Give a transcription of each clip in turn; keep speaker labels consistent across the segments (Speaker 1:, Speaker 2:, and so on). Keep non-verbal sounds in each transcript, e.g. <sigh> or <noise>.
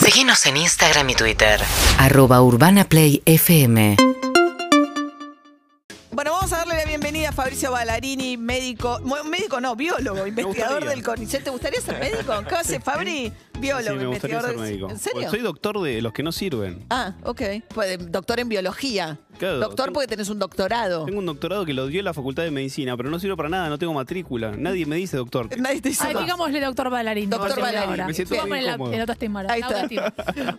Speaker 1: Seguinos en Instagram y Twitter.
Speaker 2: Arroba Urbana Play FM.
Speaker 3: Bueno, vamos a darle la bienvenida a Fabricio Ballarini, médico, mu- médico no, biólogo, investigador
Speaker 4: gustaría.
Speaker 3: del CONICET. ¿Te gustaría ser
Speaker 4: <laughs>
Speaker 3: médico? ¿Qué hace Fabri? Biólogo,
Speaker 4: Sí, me gustaría
Speaker 3: investigador
Speaker 4: ser
Speaker 3: del-
Speaker 4: médico.
Speaker 3: ¿En serio?
Speaker 4: Porque soy doctor de los que no sirven.
Speaker 3: Ah, ok. Pues, doctor en biología.
Speaker 4: Claro,
Speaker 3: doctor
Speaker 4: tengo-
Speaker 3: porque tenés un doctorado.
Speaker 4: Tengo un doctorado que lo dio la Facultad de Medicina, pero no sirvo para nada, no tengo matrícula. Nadie me dice doctor.
Speaker 3: Nadie te dice
Speaker 5: Ay,
Speaker 3: nada.
Speaker 5: digámosle doctor bailarín.
Speaker 3: Doctor
Speaker 5: Porque
Speaker 3: bailarín.
Speaker 5: ahora.
Speaker 4: Me siento
Speaker 5: Subamos
Speaker 4: muy
Speaker 5: el-
Speaker 4: incómodo.
Speaker 5: el autoestima,
Speaker 3: Ahí
Speaker 5: la
Speaker 3: está.
Speaker 4: <laughs>
Speaker 5: autoestima.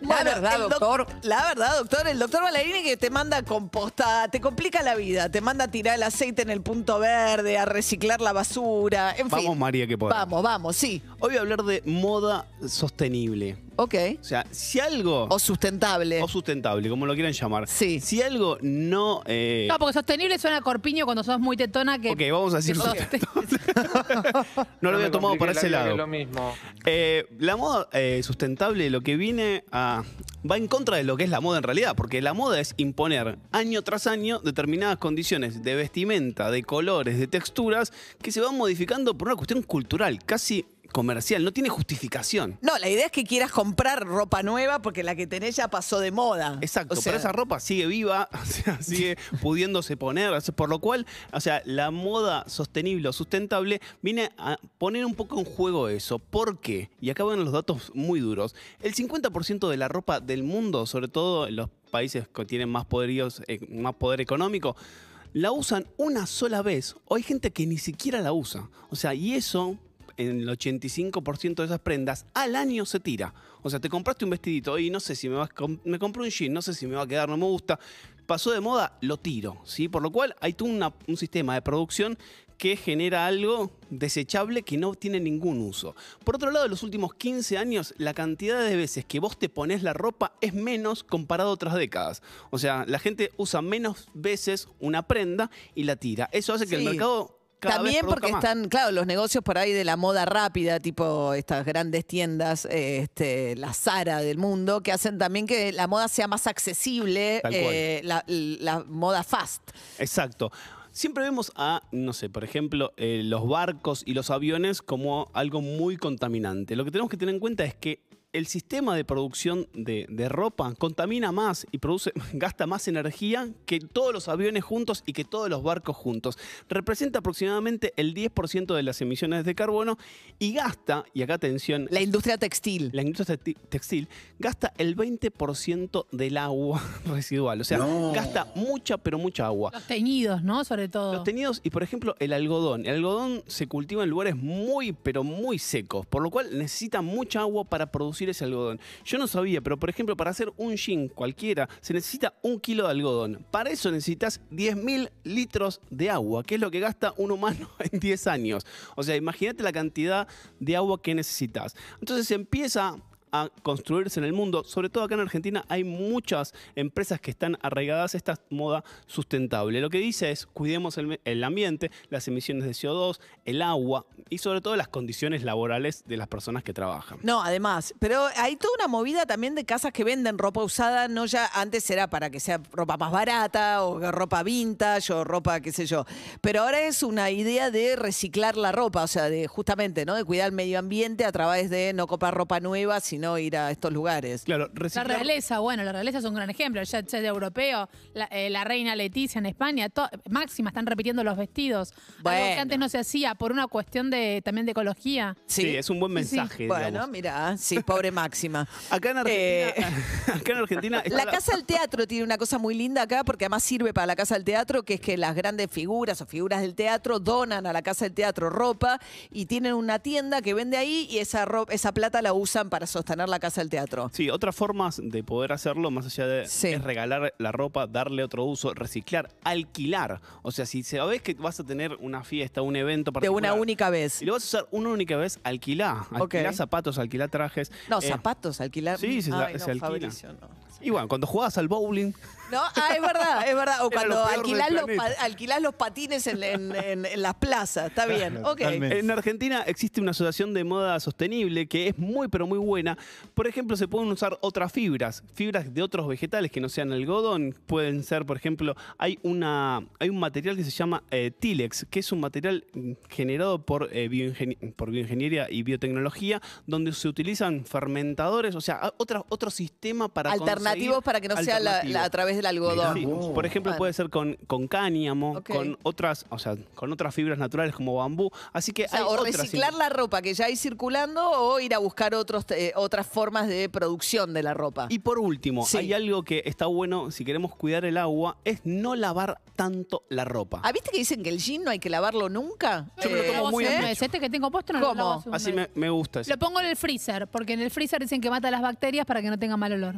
Speaker 3: Bueno, el doc- La verdad, doctor. El doctor Ballarini que te manda a compostar, te complica la vida. Te manda a tirar el aceite en el punto verde, a reciclar la basura. En
Speaker 4: Vamos,
Speaker 3: fin.
Speaker 4: María, que podemos.
Speaker 3: Vamos, vamos, sí.
Speaker 4: Hoy voy a hablar de moda sostenible.
Speaker 3: Ok.
Speaker 4: O sea, si algo.
Speaker 3: O sustentable.
Speaker 4: o sustentable, como lo quieran llamar.
Speaker 3: Sí.
Speaker 4: Si algo no. eh,
Speaker 5: No, porque sostenible suena corpiño cuando sos muy tetona que.
Speaker 4: ok, vamos a decir.
Speaker 5: que
Speaker 4: sustentable.
Speaker 5: soste-
Speaker 4: No lo
Speaker 6: me
Speaker 4: había tomado para
Speaker 6: compliqué
Speaker 4: ese
Speaker 6: la vida,
Speaker 4: lado.
Speaker 6: que es Lo mismo.
Speaker 4: Eh, la moda eh, sustentable lo que viene a... va en contra de lo que es la moda en realidad, porque la moda es imponer año tras año determinadas condiciones de vestimenta, de colores, de texturas, que se van modificando por una cuestión cultural, casi comercial, no tiene justificación.
Speaker 3: No, la idea es que quieras comprar ropa nueva porque la que tenés ya pasó de moda.
Speaker 4: Exacto,
Speaker 3: O sea,
Speaker 4: pero esa ropa sigue viva, <laughs> o sea, sigue pudiéndose poner, o sea, por lo cual, o sea, la moda sostenible o sustentable viene a poner un poco en juego eso. ¿Por qué? Y acá van los datos muy duros. El 50% de la ropa del mundo, sobre todo en los países que tienen más, poderíos, eh, más poder económico, la usan una sola vez o hay gente que ni siquiera la usa. O sea, y eso en el 85% de esas prendas al año se tira. O sea, te compraste un vestidito y no sé si me vas com- me compré un jean, no sé si me va a quedar, no me gusta. Pasó de moda, lo tiro, ¿sí? Por lo cual hay tú una- un sistema de producción que genera algo desechable que no tiene ningún uso. Por otro lado, en los últimos 15 años, la cantidad de veces que vos te pones la ropa es menos comparado a otras décadas. O sea, la gente usa menos veces una prenda y la tira. Eso hace que
Speaker 3: Sí.
Speaker 4: el mercado cada vez
Speaker 3: También
Speaker 4: produzca
Speaker 3: porque
Speaker 4: más.
Speaker 3: están, claro, los negocios por ahí de la moda rápida, tipo estas grandes tiendas, eh, este, la Zara del mundo, que hacen también que la moda sea más accesible,
Speaker 4: Tal cual.
Speaker 3: eh, la, la moda fast.
Speaker 4: Exacto. Siempre vemos a, no sé, por ejemplo, eh, los barcos y los aviones como algo muy contaminante. Lo que tenemos que tener en cuenta es que el sistema de producción de, de ropa contamina más y produce, <laughs> gasta más energía que todos los aviones juntos y que todos los barcos juntos. Representa aproximadamente el 10% de las emisiones de carbono y gasta, y acá atención,
Speaker 3: La industria textil.
Speaker 4: la industria texti- textil gasta el 20% del agua <laughs> residual. O sea, gasta mucha, pero mucha agua.
Speaker 5: Los teñidos, ¿no? Sobre todo.
Speaker 4: Los teñidos y, por ejemplo, el algodón. El algodón se cultiva en lugares muy, pero muy secos, por lo cual necesita mucha agua para producir ese algodón. Yo no sabía, pero, por ejemplo, para hacer un jean cualquiera se necesita un kilo de algodón. Para eso necesitas 10.000 litros de agua, que es lo que gasta un humano <laughs> en 10 años. O sea, imagínate la cantidad de agua que necesitas. Entonces empieza a construirse en el mundo. Sobre todo acá en Argentina hay muchas empresas que están arraigadas a esta moda sustentable. Lo que dice es cuidemos el, me- el ambiente, las emisiones de CO2, el agua y sobre todo las condiciones laborales de las personas que trabajan.
Speaker 3: No, además, pero hay toda una movida también de casas que venden ropa usada, no ya antes era para que sea ropa más barata o ropa vintage o ropa qué sé yo, pero ahora es una idea de reciclar la ropa, o sea, de justamente, ¿no? De cuidar el medio ambiente a través de no comprar ropa nueva, sino ir a estos lugares.
Speaker 4: Claro,
Speaker 5: La
Speaker 4: reciclar-
Speaker 5: realeza, bueno, la realeza es un gran ejemplo. Ya de europeo, la, eh, la reina Leticia en España, to- máxima, están repitiendo los vestidos. Algo que
Speaker 3: Bueno.
Speaker 5: antes no se hacía por una cuestión de también de ecología.
Speaker 4: Sí, es un buen
Speaker 5: Sí, sí.
Speaker 4: mensaje.
Speaker 3: Bueno,
Speaker 4: digamos.
Speaker 3: mira, sí, pobre Máxima.
Speaker 4: <laughs>
Speaker 3: Eh,
Speaker 4: Acá en Argentina, <laughs> acá en Argentina está
Speaker 3: La Casa del Teatro tiene una cosa muy linda acá, porque además sirve para la Casa del Teatro, que es que las grandes figuras o figuras del teatro donan a la Casa del Teatro ropa y tienen una tienda que vende ahí y esa, ro- esa plata la usan para sostener la Casa del Teatro.
Speaker 4: Sí, otras formas de poder hacerlo, más allá de
Speaker 3: Sí.
Speaker 4: es regalar la ropa, darle otro uso, reciclar, alquilar. O sea, si sabes que vas a tener una fiesta, un evento
Speaker 3: De
Speaker 4: particular,
Speaker 3: una única vez.
Speaker 4: Si lo vas a usar una única vez, alquilá. Alquilá
Speaker 3: Ok.
Speaker 4: zapatos, alquilá trajes.
Speaker 3: No,
Speaker 4: Eh,
Speaker 3: zapatos, alquilar.
Speaker 4: sí, se la-
Speaker 3: Ay, no,
Speaker 4: se alquila.
Speaker 3: Fabricio, no.
Speaker 4: Y bueno, cuando jugabas al bowling,
Speaker 3: No, ah, es verdad, es verdad. O
Speaker 4: Era
Speaker 3: cuando
Speaker 4: lo peor del
Speaker 3: alquilás los, pa-
Speaker 4: planeta.
Speaker 3: alquilás los patines en, en- en- en las plazas, está bien. Ok.
Speaker 4: en Argentina existe una asociación de moda sostenible que es muy, pero muy buena, Por ejemplo, se pueden usar otras fibras, fibras de otros vegetales que no sean algodón. Pueden ser, por ejemplo, hay, una, hay un material que se llama eh, Tilex, que es un material mm, generado por, eh, bioingen- por bioingeniería y biotecnología, donde se utilizan fermentadores, o sea, a- otra- otro sistema para
Speaker 3: Alternativos
Speaker 4: conseguir
Speaker 3: para que no sea la- la- a
Speaker 4: alternativos.
Speaker 3: través del algodón.
Speaker 4: Sí, Por ejemplo,
Speaker 3: Bueno.
Speaker 4: puede ser con, con cáñamo,
Speaker 3: Ok.
Speaker 4: con otras, o sea, con otras fibras naturales como bambú. Así que
Speaker 3: O, sea,
Speaker 4: hay
Speaker 3: o
Speaker 4: otras
Speaker 3: reciclar la ropa que ya hay circulando o ir a buscar otros, eh, otras formas de producción de la ropa.
Speaker 4: Y por último,
Speaker 3: Sí.
Speaker 4: hay algo que está bueno si queremos cuidar el agua, es no lavar tanto la ropa.
Speaker 3: Ah, ¿viste que dicen que el jean no hay que lavarlo nunca? Eh,
Speaker 4: Yo me lo tomo
Speaker 5: Lo hago
Speaker 4: muy
Speaker 5: hace
Speaker 4: a
Speaker 5: un
Speaker 4: pecho.
Speaker 5: mes. Este que tengo puesto no lo
Speaker 3: ¿Cómo?
Speaker 5: lavo hace un
Speaker 4: Así me,
Speaker 5: mes.
Speaker 4: me gusta. eso.
Speaker 5: Lo pongo en el freezer, porque en el freezer dicen que mata las bacterias para que no tenga mal olor.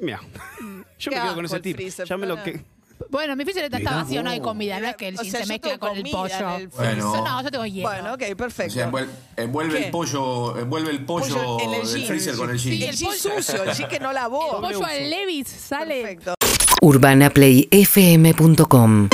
Speaker 4: Mira,
Speaker 3: <laughs>
Speaker 4: yo
Speaker 3: Qué
Speaker 4: me quedo con
Speaker 3: asco
Speaker 4: ese
Speaker 3: el
Speaker 4: tip.
Speaker 3: freezer,
Speaker 4: Ya me lo
Speaker 3: para.
Speaker 4: que...
Speaker 5: Bueno, mi freezer está, está
Speaker 6: Mirá
Speaker 5: vacío, no hay
Speaker 6: vos.
Speaker 5: comida, no es que el
Speaker 3: O
Speaker 5: jean
Speaker 3: sea,
Speaker 5: se
Speaker 3: yo
Speaker 5: mezcla
Speaker 3: tengo
Speaker 5: con el
Speaker 3: comida
Speaker 5: pollo.
Speaker 3: en el
Speaker 6: Bueno.
Speaker 5: Yo No, yo tengo hielo.
Speaker 3: Bueno, ok,
Speaker 6: O
Speaker 3: perfecto.
Speaker 6: sea, envuel- envuelve
Speaker 3: ¿Qué?
Speaker 6: el pollo, envuelve el pollo,
Speaker 3: Pollo en el
Speaker 6: del
Speaker 3: jean.
Speaker 6: freezer con el
Speaker 5: Sí,
Speaker 6: jean.
Speaker 5: el
Speaker 3: el jean
Speaker 5: pollo-
Speaker 3: sucio, el jean que no lavó.
Speaker 5: pollo al Levis sale
Speaker 3: Perfecto.
Speaker 2: urbanaplayfm.com